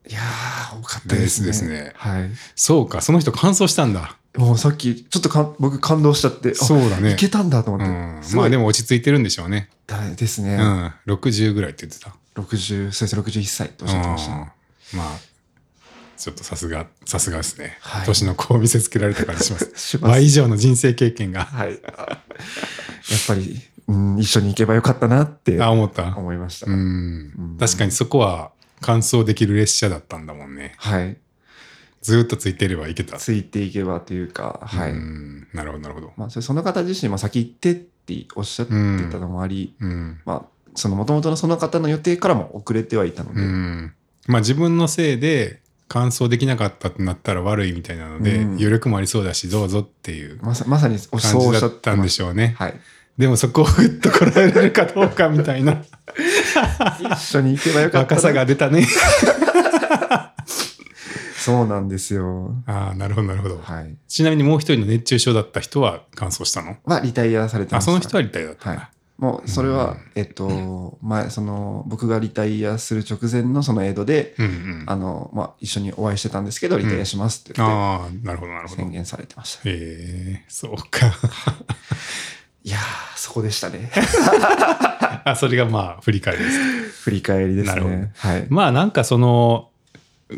B: やー、多かった
A: た
B: で
A: ですす
B: ね。
A: ね
B: はい。
A: そうか、その人完走したんだ。
B: もうさっき、ちょっとかん僕感動しちゃって、あ、
A: そうだね
B: い。けたんだと
A: う
B: 思って。
A: ん、
B: す
A: ま
B: ご
A: あ
B: い
A: でも落ち着いてるんでしょうね。
B: だです
A: う
B: ね。
A: ん、60ぐらいって言ってた。
B: 60、そうです、61歳とおっしゃってました。
A: うんまあ、ちょっとさすが、さすがですね。
B: はい
A: 年の子を見せつけられた感じし ます。
B: します
A: 倍以上の人生経験が、
B: はい。やっぱり、うん、一緒に行けばよかったなって
A: あ、思った。
B: 思いました。
A: うん。確かにそこは完走できる列車だったんだもんね。
B: はい。
A: ずっとついてればいけた。
B: ついていけばというか、はい。
A: うんなるほど、なるほど。
B: まあ、それその方自身も先行ってっておっしゃってたのもあり、
A: うん。
B: まあ、その元々のその方の予定からも遅れてはいたので、
A: うん、まあ自分のせいで完走できなかったってなったら悪いみたいなので、
B: うん
A: 余力もありそうだしどうぞっていう
B: まさまさにおそ
A: 感
B: うおっ
A: じ
B: し
A: だ
B: ゃ
A: ってたんで
B: ょ
A: しょうね、
B: はい。
A: でもそこをぐっとこらえられるかどうかみたいな
B: 一緒に行けばよかっ
A: 若
B: たな
A: さが出たね
B: そうなんですよ。
A: ああなるほどなるほど、
B: はい。
A: ちなみにもう一人の熱中症だった人は完走したの
B: は、リタイアされてま
A: あ
B: した。
A: その人は
B: は
A: リタイアだったんだ、
B: い。もう、それ
A: う
B: は
A: ん、
B: えっと、前、その、僕がリタイアする直前のそのエイドで、
A: うんうん
B: あの、まあ、一緒にお会いしてたんですけど、リタイアしますって言って、
A: ああなるほどなるほど
B: 宣
A: へ
B: 言されてました。
A: えそうか
B: いやー、そこでしたね。
A: あそれがまあ振り返りです
B: 振り返りです
A: なるほど
B: ね。はい。
A: まあなんかその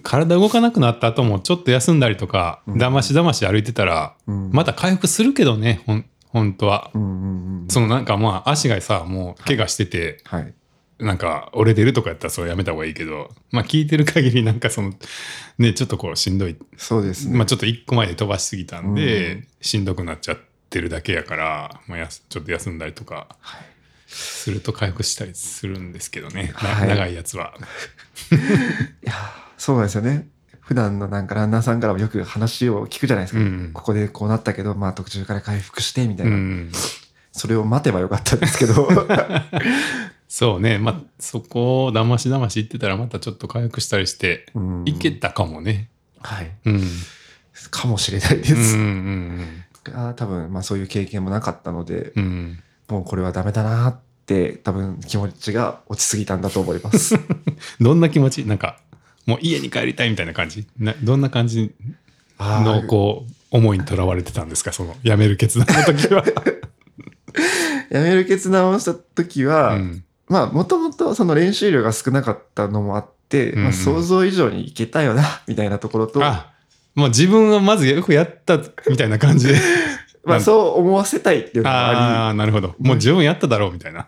A: 体動かなくなった後もちょっと休んだりとか、
B: うん
A: だましだまし歩いてたら、
B: うん
A: また回復するけどねほん本当は、
B: うんうんうん。
A: そのなんかまあ足がさもう怪我してて、
B: はい。
A: なんか折れてるとかやったらそれやめた方がいいけどまあ聞いてる限りなんかそのねちょっとこうしんどい、
B: そうですね。
A: まあちょっと一個前で飛ばしすぎたんで、
B: うん
A: しんどくなっちゃってるだけやから、まあ、やすちょっと休んだりとか
B: はい
A: すると回復したりするんですけどね、な
B: はい
A: 長いやつは。
B: いやーそうなんですよね。普段のなんかランナーさんからもよく話を聞くじゃないですか。
A: うん
B: ここでこうなったけど、まあ途中から回復して、みたいうな、
A: ん
B: それを待てばよかったんですけ ど。
A: そうね、まあ、そこをだましだまし言ってたら、またちょっと回復したりして、
B: うん
A: いけたかもね。
B: はい。
A: うん。
B: かもしれないで
A: うん
B: す。あー多分、まあそういう経験もなかったので、
A: うんうんうん
B: もうこれはダメだなーって、多分気持ちが落ちすぎたんだと思います。
A: どん な気持ちなんか、もう家に帰りたいみたいな感じなどんな感じ
B: あ
A: の、
B: ー
A: こう、思いにとらわれてたんですかその、辞める決断の時は。
B: やめる決断をした時は、
A: うん
B: まあ、もともとその練習量が少なかったのもあって、
A: うんう
B: まあ、
A: ん
B: 想像以上にいけたよな、みたいなところと、ま
A: あ、もう自分はまずよくやったみたいな感じで。
B: あ、そう思わせたいっていうのもあ
A: ああ、なるほど。もう十分やっただろうみたいな。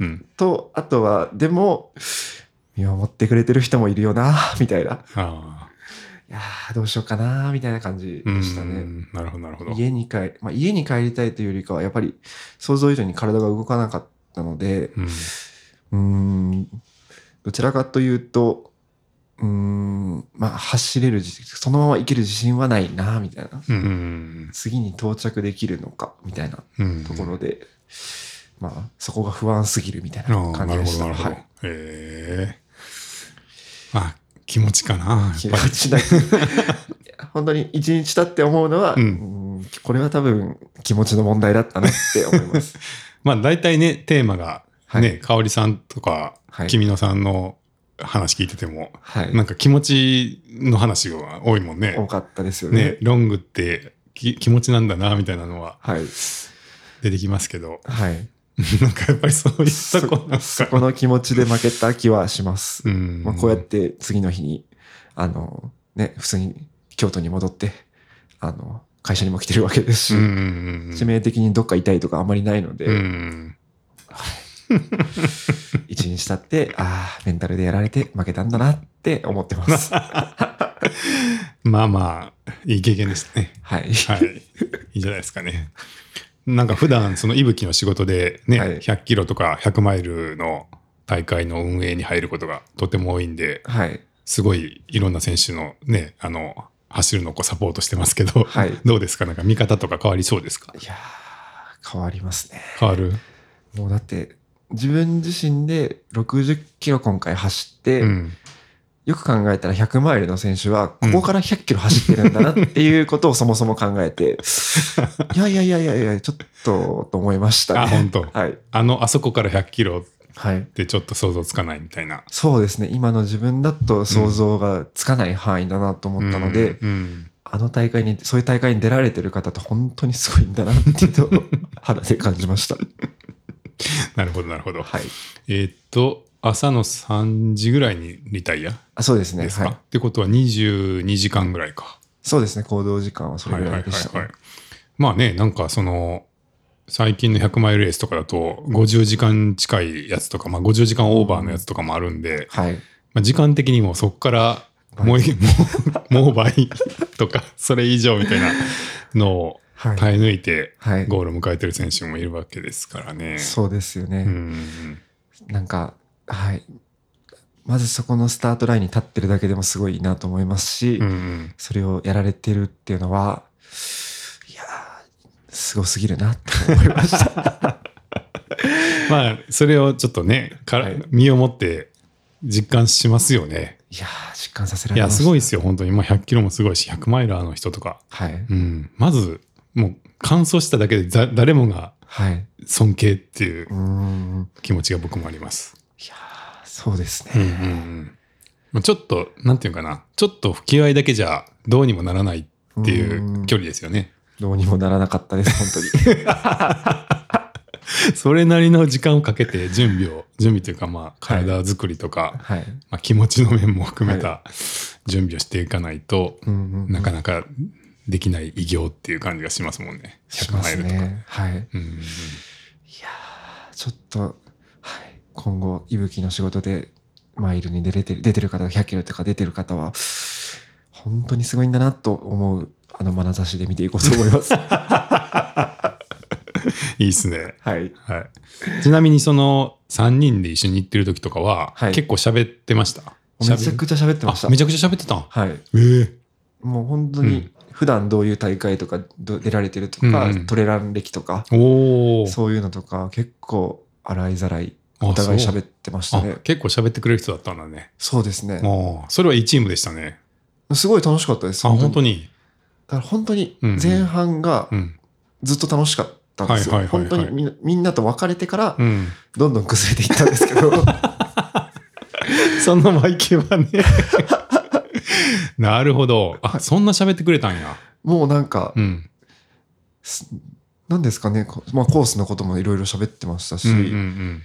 A: うん
B: り。と、あとは、でも、見守ってくれてる人もいるよな、みたいな。
A: ああ。
B: いやーどうしようかな、みたいな感じ
A: うん
B: でしたね。
A: なるほど、なるほど。
B: 家に帰、まあ、家に帰りたいというよりかは、やっぱり想像以上に体が動かなかったので、
A: うん
B: うーんどちらかというと、うーん、まあ、走れる自信、そのまま行ける自信はないな、みたいな。
A: うん。
B: 次に到着できるのか、みたいな
A: うん。
B: ところで、まあ、そこが不安すぎるみたいな
A: ああ
B: 感じでした。
A: なるほど、なるほど。
B: はい
A: へえまあ、気持ちかな、
B: 気
A: やっぱ
B: 持
A: り。
B: ちだけい や本当に一日経って思うのは、
A: うん
B: うんこれは多分気持ちの問題だったなって思い ます。
A: まあ大体ね、テーマが、
B: はい
A: ね、香織さんとか、
B: はい
A: 君野さんの話聞いてても、
B: はい、
A: なんか気持ちの話が多いもんね。
B: 多かったですよね。
A: ね、ロングってき気持ちなんだな、みたいなのは
B: はい、
A: 出てきますけど、
B: はい、
A: なんかやっぱりそういったこなん
B: そ
A: か。
B: この気持ちで負けた気はします。
A: うん
B: まあ、こうやって次の日に、あの、ね、普通に京都に戻って、あの、会社にも来てるわけですし、
A: うんうんうん
B: 致命的にどっか痛いとかあんまりないので、
A: うん
B: 一日経って、ああ、メンタルでやられて負けたんだなって思って ます。
A: まあまあ、いい経験でしたね。
B: はい。
A: はい。いいんじゃないですかね。なんか普段その息吹の仕事でね、
B: はい
A: 100キロとか100マイルの大会の運営に入ることがとても多いんで、
B: はい。
A: すごいいろんな選手のね、あの、走るのをこうサポートしてますけど、
B: はい
A: どうですかなんか見方とか変わりそうですか
B: いやー変わりますね。
A: 変わる
B: もうだって、自分自身で60キロ今回走って、
A: うん。
B: よく考えたら100マイルの選手は、ここから100キロ走ってるんだなっていうことをそもそも考 えて、いやいやいやいやいや、ちょっと、と思いました
A: あ、
B: ね。
A: 本当。
B: はい。
A: あの、あそこから100キロっ
B: はい。
A: てちょっと想像つかないみたいな。
B: そうですね。今の自分だと想像がつかない範囲だなと思ったので、
A: うんうん
B: あの大会に、そういう大会に出られてる方って本当にすごいんだなっていうのを肌で感じ ました。
A: なるほど、なるほど。
B: はい。
A: えーっと、朝の3時ぐらいにリタイア
B: あそうですね。
A: ですか、
B: はい。
A: ってことは22時間ぐらいか。
B: そうですね。行動時間はそれ
A: はい
B: ぐ
A: はいは
B: ら
A: い
B: いでしたね、
A: はい。まあね、なんかその、最近の100マイルレースとかだと、50時間近いやつとか、まあ50時間オーバーのやつとかもあるんで、
B: はい。
A: まあ、時間的にもそこから
B: はい
A: もうい、もう、もう倍とか、それ以上みたいなのを
B: はい。はい。
A: 耐え抜いて、ゴールを迎えてる選手もいるわけですからね。
B: そうですよね。
A: うん
B: なんか、はい。まずそこのスタートラインに立ってるだけでもすごいなと思いますし、
A: うんうん。
B: それをやられてるっていうのは、いやー、すごすぎるなって思いました。
A: まあ、それをちょっとね、から
B: はい
A: 身をもって実感しますよね。
B: いやー、実感させら
A: い
B: れま
A: や、
B: した。
A: すごいですよ、本当に。まあ、100キロもすごいし、100マイラーの人とか。
B: はい。
A: うん。まず、もう、完走しただけでざ誰もが
B: はい。
A: 尊敬っていう
B: うーん。
A: 気持ちが僕もあります。
B: いやー、そうです
A: うん
B: ね。
A: うんうんまあ。ちょっと、なんていうかな、ちょっと不気合いだけじゃどうにもならないってい
B: うん
A: う距離ですよね。
B: どうにもならなかったです、本当に。
A: それなりの時間をかけて準備を、準備というかまあ体作りとか、
B: はい。
A: まあ、気持ちの面も含めた準備をしていかないと、
B: うんうんうん
A: なかなかできない偉業っていう感じがしますもんね。
B: します
A: 100マイルとか。
B: ね。は
A: う
B: い。
A: んうん
B: いやーちょっと、はい、今後、いぶきの仕事で、マイルに出れてる、出てる方、100キロとか出てる方は、本当にすごいんだなと思う、あの、眼差しで見ていこうと思い ます。
A: いいですね。
B: はい。
A: はい、ちなみにその3人で一緒に行ってる時とかは、
B: はい
A: 結構喋ってました
B: めちゃくちゃ喋ってました
A: あめ。ちゃくちゃ喋ってたん
B: はい。
A: ええ
B: もう本当
A: う
B: に
A: ん、
B: 普段どういう大会とかど出られてると
A: う
B: か
A: んうん、
B: トレラン歴とか、
A: おお
B: そういうのとか、結構、洗いざらい、
A: あ
B: お互い
A: そう
B: 喋ってましたね
A: あ。結構喋ってくれる人だったんだね
B: そうですね。
A: ああそれはいいチームでしたね
B: すごい楽しかったです。
A: あ本当
B: に。
A: に
B: だから本当に、
A: うんうん
B: 前半が
A: う、ん
B: ずっと楽しかったんですよ。
A: はいはいはいは
B: 本
A: い
B: 当にみんなみんなと別れてから
A: う、ん
B: どんどん崩れていったんですけど、
A: そのマイケはね なるほどあそんな喋ってくれたんや
B: もうなんか、
A: うん
B: すなんですかね、こまあ、コースのこともいろいろ喋ってましたし、
A: うんうんうん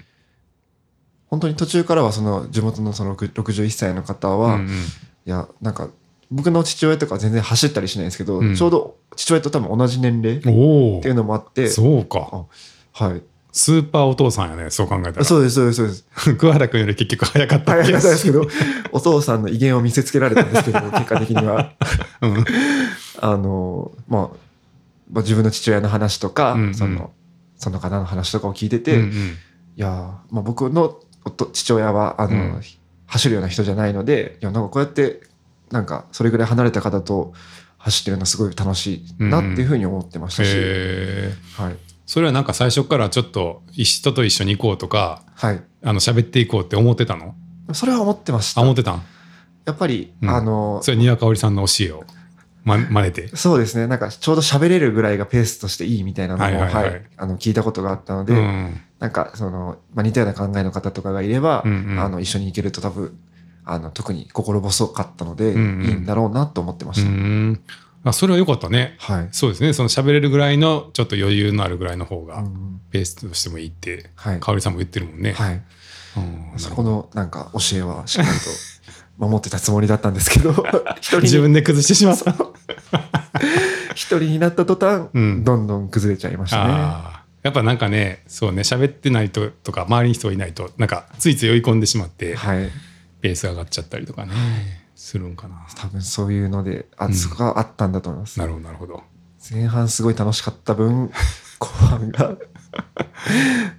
B: 本当に途中からはその地元のその6 61歳の方
A: う
B: は、
A: ん
B: い
A: うん
B: や、なんか、僕の父親とか全然走ったりしないんですけど、
A: うん
B: ちょうど父親と多分同じ年齢っ
A: おお
B: ていうのもあって、
A: そうか
B: あはい。
A: スーパーお父さんやねそう考えたら
B: そうです、そうです、そう です。
A: 桑原君より結局早かった
B: 大
A: っ
B: 変
A: け
B: なんですけど、お父さんの威厳を見せつけられたんですけど、結果的には。
A: うん
B: あの、まあ、まあ、自分の父親の話とか、
A: うんうん
B: その、その方の話とかを聞いてて、
A: うんう
B: い
A: ん
B: やー、まあ、僕のおと父親は、あの、
A: うん
B: 走るような人じゃないので、いや、なんかこうやって、なんか、それぐらい離れた方と走ってるのすごい楽しいなっていうふうに思ってましたし、
A: へえ
B: はい。
A: それはなんか最初からちょっと人と一緒に行こうとか
B: はい。
A: あの喋っていこうって思ってたの
B: それは思ってまし
A: あ
B: た。
A: 思ってたん
B: やっぱり、
A: うん
B: あの
A: それは丹羽香織さんの教えを、ま、真似て。
B: そうですねなんかちょうど喋れるぐらいがペースとしていいみたいなのも、
A: は
B: はいい
A: はいはい
B: あの聞いたことがあったので、
A: うん。
B: なんかその、まあ、似たような考えの方とかがいれば、
A: うんうん
B: あの一緒に行けると多分あの特に心細かったので、
A: うんうん
B: いいんだろうなと思ってま
A: う
B: した、
A: ん。あ、それは良かったね。
B: はい、
A: そうですね。その喋れるぐらいの、ちょっと余裕のあるぐらいの方
B: う
A: が、
B: ん
A: ベースとしてもいいって、
B: はい
A: 香織さんも言ってるもんね。
B: はい、
A: うん
B: そこのなんか教えはしっかりと守ってたつもりだったんです けど一
A: 自
B: 人に
A: 分で崩してしまった。
B: 一人になった途端、
A: うん
B: どんどん崩れちゃいましたね。
A: あーやっぱなんかね、そうね、喋ってないととか、周りに人がいないと、なんか、ついつい追い込んでしまって、
B: はい、
A: ベースが上がっちゃったりとかね、するんかな。
B: 多分そういうので
A: うん
B: 圧があったんだと思います、
A: なるほど、なるほど。
B: 前半すごい楽しかった 分後半が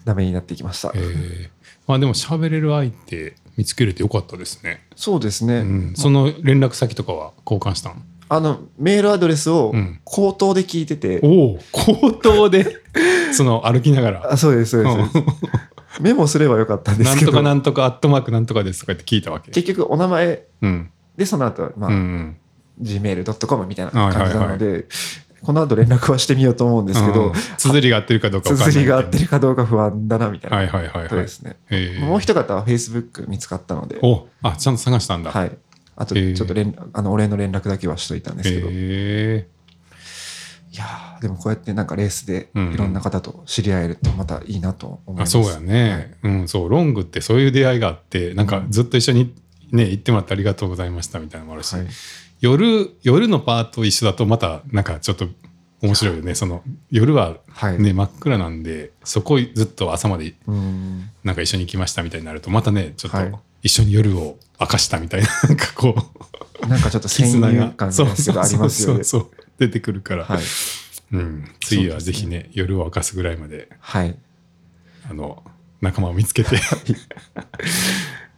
B: ダメになっていきました、
A: えーまあでも喋れる相手見つけれてよかったですね。
B: そうですね、
A: うん、その連絡先とかは交換したの
B: あのメールアドレスを
A: うん
B: 口頭で聞いてて、
A: おお口頭で その歩きながら
B: あそうですそうです、そうですメモすればよかったんで
A: な
B: す
A: ん
B: け
A: とか
B: ど
A: なんとかアットマークなんとかですとかって聞いたわけ。
B: 結局お名前
A: うん
B: でその後、まあ
A: うんうん、
B: gmail.com みたいな
A: はいはいは
B: 感
A: い
B: じなので、この後連絡はしてみようと思うんですけ
A: う
B: ど
A: ん、綴りが合ってるかどうかわかんない
B: 綴りが合ってるかどうか不安だなみたい
A: は
B: ない
A: はいはい
B: こと
A: は
B: で
A: い。
B: すね。
A: えー
B: もう一方は Facebook 見つかったので、
A: おあちゃんと探したんだ。
B: はい。あと、
A: へー
B: ちょっと連あのお礼の連絡だけはしといたんですけど、い
A: え
B: やーでもこうやってなんかレースで
A: うんうん
B: いろんな方と知り合えるとまたいいなと
A: ー、
B: 思い
A: あ
B: ます。
A: そうやね、うんそうロングってそういう出会いがあってなんかずっと一緒にね行ってもらってありがとうございましたみたいなのもあるし、
B: はい。
A: 夜夜のパート一緒だとまたなんかちょっと面白いよねその夜は
B: はい。
A: ね真っ暗なんでそこずっと朝まで
B: うん。
A: なんか一緒に行きましたみたいになるとまたねちょっ
B: はい
A: と一緒に夜を明かしたみたいな なんかこ う
B: なんかちょっと先
A: 絆
B: 入
A: が
B: 観 がすごいあります
A: そうそうそ
B: よね。
A: うそう出てくるから、
B: はい。
A: うん、次はぜひね夜を明かすぐらいまで
B: はい。
A: あの仲間を見つけて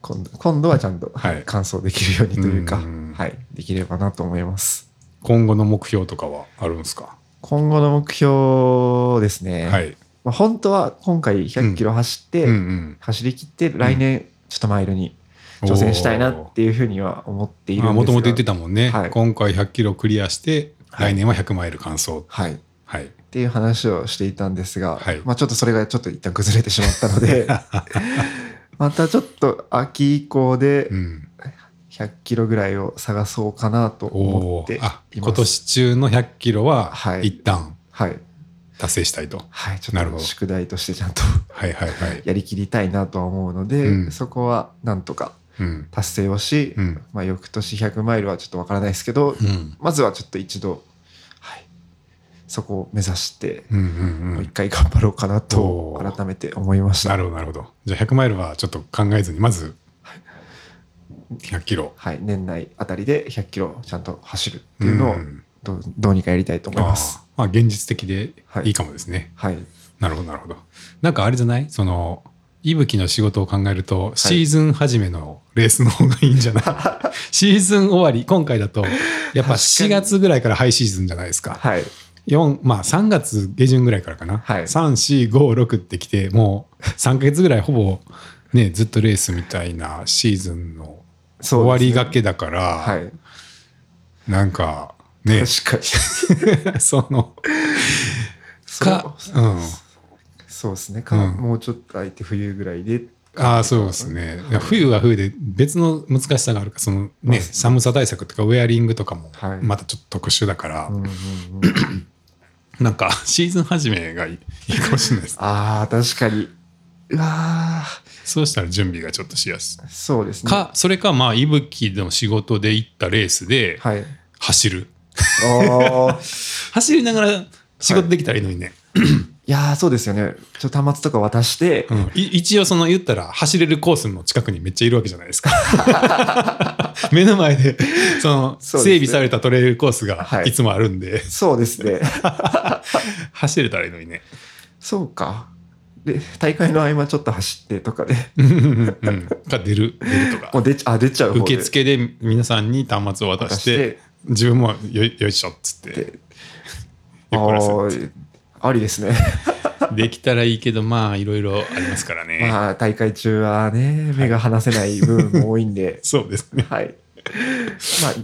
B: 今度今度はちゃんと、
A: はい
B: はい完走できるようにというか、
A: うん
B: はい、できればなと思います。
A: 今後の目標とかはあるんですか、
B: 今後の目標ですね、
A: はい、
B: まあ、本当は今回100キロ走って、
A: うんうん、
B: 走り切って来年ちょっとマイルに挑戦したいなっていうふうには思っているんですが
A: もともと言ってたもんね、
B: はい
A: 今回100キロクリアして
B: は
A: 来
B: い
A: 年は100マイル完走
B: はいっ
A: はい、
B: ていう話をしていたんですが、
A: はい
B: まあ、ちょっとそれがちょっと一旦崩れてしまったの でまたちょっと秋以降で
A: うん、
B: 100キロぐらいを探そうかなと思
A: お
B: ってい
A: ー
B: ます
A: あ今年中の100キロは
B: はい
A: 一旦
B: はい、
A: 達成したいと、は
B: はい、ち
A: な
B: ょ
A: る
B: っ
A: ほ
B: と
A: ど
B: 宿題としてちゃんと
A: い、はいはい
B: やりきりたいなとは思うので、
A: うん
B: そこはなんとか
A: うん
B: 達成をし、
A: うん
B: まあ、翌年100マイルはちょっとわからないですけど、
A: うん
B: まずはちょっと一度、はい、そこを目指して、
A: うんうん
B: も
A: う
B: う一
A: ん
B: 回頑張ろうかなと
A: おー
B: 改めて思いまし
A: な
B: た。
A: るほどなるほどじゃあ100マイルはちょっと考えずにまず100キロ
B: はい、年内あたりで100キロちゃんと走るっていうのを
A: ん
B: どう,、どうにかやりたいと思います。
A: あーまあ現実的で
B: はい
A: いいかもですね、
B: はい、
A: なるほどなるほどなんかあれじゃないそのいぶきの仕事を考えると、シーズン初めのレースの方がいいんじ ゃないシーズン終わり今回だとやっぱ4月ぐらいからハイシーズンじゃないですか
B: はい、
A: 四まあ3月下旬ぐらいからかな、
B: はい
A: 3456ってきてもう3ヶ月ぐらいほぼねずっとレースみたいなシーズンの終
B: そう
A: わ
B: です
A: り
B: ね
A: がけだから、
B: はい、
A: なんか ね
B: 確かに
A: そのか
B: そう
A: うん
B: そうですねか、
A: うん
B: もうちょっと空いて冬ぐらいで、
A: ああそうですね、いや冬は冬で別の難しさがあるからそのね寒さ対策とかウェアリングとかも
B: はい
A: またちょっと特殊だから、
B: うんうんうん、
A: なんかシーズン始めがいいいいかもしれ ないです
B: ああ確かにうわ
A: そうしたら準備がちょっとしやすい
B: ーそうですね
A: か、それかまあいぶきの仕事で行ったレースで
B: はい
A: 走る、
B: おー
A: 走りながら仕事できたらいいのにね、
B: いやーそうですよね。ちょっと端末とか渡して、
A: うんい一応その言ったら走れるコースの近くにめっちゃいるわけじゃないですか 目の前でその
B: そう
A: 整
B: ですね
A: 備されたトレイルコースが
B: はい
A: いつもあるんで、
B: そうですね。
A: 走れたらいいのにね
B: そうか。で、大会の合間ちょっと走ってとかで、
A: うんが出る出ると
B: も
A: か
B: う出ちあ出ちゃう方で
A: 受付で皆さんに端末を渡
B: 渡
A: し
B: してて、
A: 自分もよよいしょっつって
B: であ
A: 横らせる
B: ーありですね。
A: できたらいいけどまあいろいろありますからね、
B: まあ、大会中はね、目が離せない部分も多いんで、
A: そうですね
B: はい。まあ、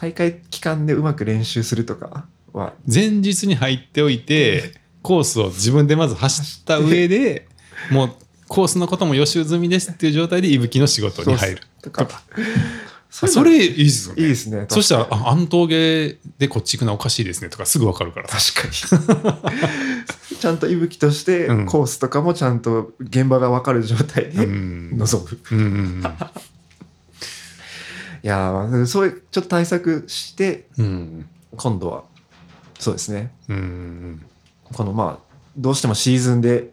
B: 大会期間でうまく練習するとかは、
A: 前日に入っておいてコースを自分でまず走った上 でもうコースのことも予習済みですっていう状態でいぶきの仕事に入る
B: とか。
A: あ
B: そ
A: それいいですよ
B: いい
A: ね
B: ですね。
A: そしたらああの峠でこっち行くのはおかしいですねとかすぐ分かるから
B: 確かに。 ちゃんと息吹として、
A: うん
B: コースとかもちゃんと現場が分かる状態
A: う
B: で
A: ん
B: 臨む。
A: うんうん
B: いやーそういう、ちょっと対策して、
A: うんうん
B: 今度は、そうですね。
A: うんうん
B: このまあ、どうしてもシーズンで、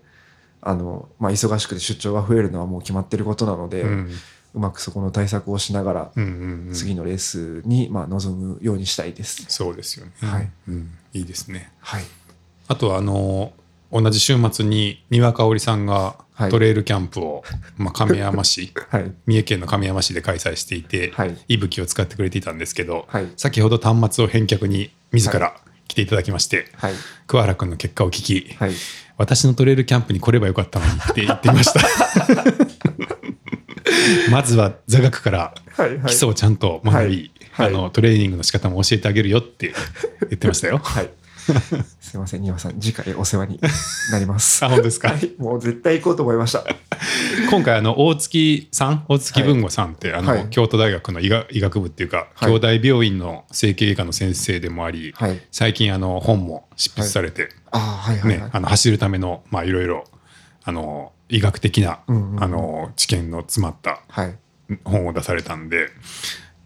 B: あの、まあ、忙しくて出張が増えるのはもう決まってることなので、
A: う
B: うんまくそこの対策をしながら、
A: うんうん
B: 次のレースに、まあ、臨むようにしたいです。
A: そうですよね
B: はい
A: うんいいですね
B: はい。
A: あとはあの同じ週末に丹羽香織さんが
B: はい
A: トレイルキャンプを、まあ、亀山市
B: はい。
A: 三重県の亀山市で開催していて、
B: はい。
A: いぶきを使ってくれていたんですけど、
B: はい。
A: 先ほど端末を返却に自ら来ていただきまして、
B: はい。
A: 桑原君の結果を聞き、
B: はい。
A: 私のトレイルキャンプに来ればよかったのにって言っていま した。まずは座学から
B: はい。
A: 基礎をちゃんと学び、
B: はいはい。
A: あのトレーニングの仕方も教えてあげるよって言ってましたよ
B: はい。すいません、丹羽さん、次回お世話になります。
A: あ本当ですか、
B: はい。もう絶対行こうと思いました。
A: 今回あの大月さん大月文吾さんって、あの
B: はい
A: 京都大学の医学医学部っていうか、
B: はい
A: 京大病院の整形外科の先生でもあり、
B: はい。
A: 最近あの本も執筆されて、
B: ああ、はいはい、
A: ね
B: はい。
A: あの走るためのまあいろいろあの医学的な、
B: うんうんうん
A: あの知見の詰まった
B: はい。
A: 本を出されたんで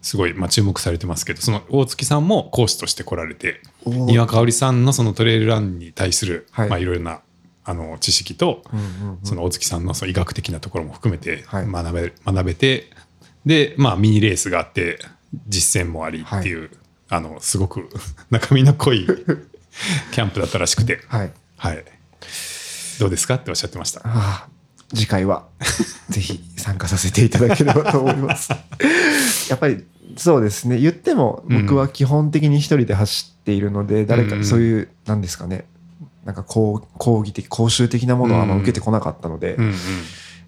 A: すごい、まあ、注目されてますけどその大月さんも講師として来られて
B: おー
A: 丹羽香織さんのそのトレイルランに対する、
B: はい
A: いまあ、いろいろなあの知識と、
B: うんうんうん
A: その大月さんのその医学的なところも含めて
B: はい
A: 学べ,、学べてで、まあ、ミニレースがあって実践もありっていう、あのすごく 中身の濃 いキャンプだったらしくて、
B: はい。
A: はい、どうですかっておっしゃってました。
B: ああ、次回は、 ぜひ参加させていただければと思い ます。やっぱり、そうですね。言っても、僕は基本的に一人で走っているので、誰
A: う
B: か、
A: ん
B: そういう、なんですかね。なんか講講義的講習的なものはあんま受けてこなかったので、
A: うんうん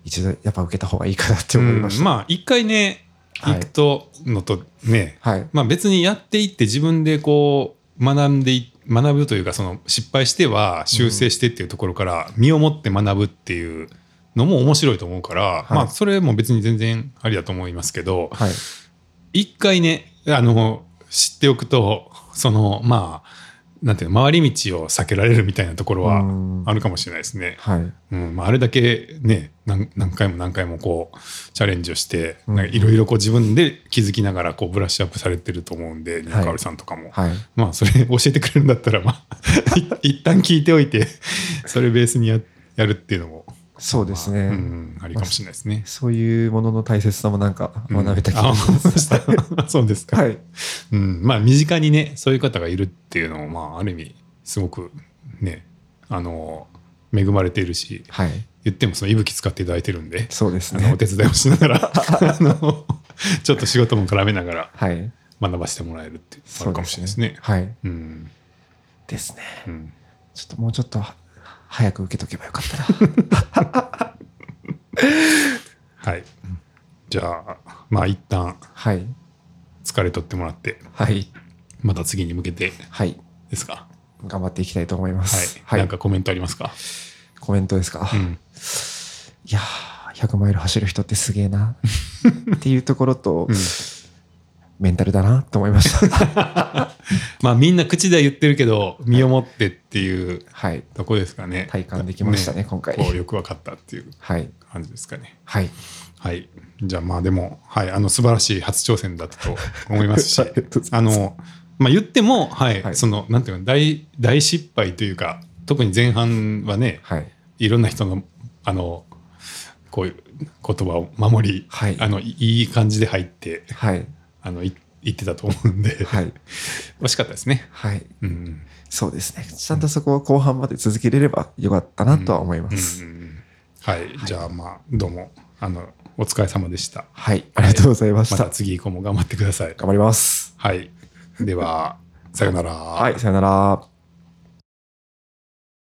B: 一度やっぱ受けた方がいいかなって思いました、
A: うんまあ一回ね
B: はい
A: 行くとのとね、
B: はい
A: まあ、別にやっていって自分でこう学んでい学ぶというかその失敗しては修正してっていうところから身をもって学ぶっていうのも面白いと思うから、
B: い
A: まあそれも別に全然ありだと思いますけど
B: はい
A: 一回ねあの知っておくとそのまあなんていうの回り道を避けられるみたいなところ
B: う
A: は
B: ん
A: あるかもしれないですね。
B: はい
A: うんまあ、あれだけね何何回も何回もこうチャレンジをして
B: うん
A: なんかいろいろこう自分で気づきながらこうブラッシュアップされてると思うんで
B: い
A: ニューカオルさんとかも、
B: はい
A: まあそれ教えてくれるんだったらまあ い一旦聞いておい てそれベースにややるっていうのも、
B: そうですね、
A: うん、ありかもしれないですね。
B: そういうものの大切さもなんか
A: うん
B: 学べた気
A: あ
B: がします、
A: 思いました そうですか、
B: はい
A: うん、まあ身近にねそういう方がいるっていうのもまあある意味すごくねあの恵まれているし
B: はい
A: 言ってもその息吹使っていただいてるんで。
B: そうです
A: あのお
B: ね
A: 手伝いをしなが らあのちょっと仕事も絡めながら
B: はい
A: 学ばせてもらえるっていうのもあ
B: そう
A: るかもしれないですね。
B: はい
A: うん
B: ですね
A: うん、
B: ちょっともうちょっとは早く受けとけばよかったな
A: はいじゃあまあ一旦
B: はい
A: 疲れ取ってもらって
B: はい
A: また次に向けて
B: はい
A: ですか。
B: 頑張っていきたいと思いま
A: はい
B: す、はい、
A: なんかコメントありますか、
B: コメントですか、
A: う
B: い
A: ん
B: やー100マイル走る人ってすげえ なっていうところと、メンタルだなと思いました
A: まあみんな口では言ってるけど身をもってっていう
B: はい
A: とこですかね。
B: 体感できましたね今回
A: こうよく分かったっていう
B: はい
A: 感じですかね。
B: はい
A: はい。じゃあまあでも、はい、あの素晴らしい初挑戦だったと思いますし、
B: あ
A: あ
B: りがとうございます
A: の、まあ言っても、はい、
B: はい
A: その、なんていうの、大、大失敗というか、特に前半はね、
B: はい
A: いろんな人の、あの、こういう言葉を守り、
B: はい
A: あの、いいい感じで入って、
B: はい
A: あの、い言ってたと思うんで、
B: はい
A: 惜しかったですね。
B: はい
A: うん。
B: そうですね。ちゃんとそこは後半まで続けれればよかったなとは思います。
A: うんうんうんはい。じゃあまあ、どうも、あの、お疲れ様でした。
B: はい。ありがとうございまし
A: ま
B: た。
A: た次以降も頑張ってください。
B: 頑張ります。
A: はい。では、さよなら。は
B: はい。さよなら。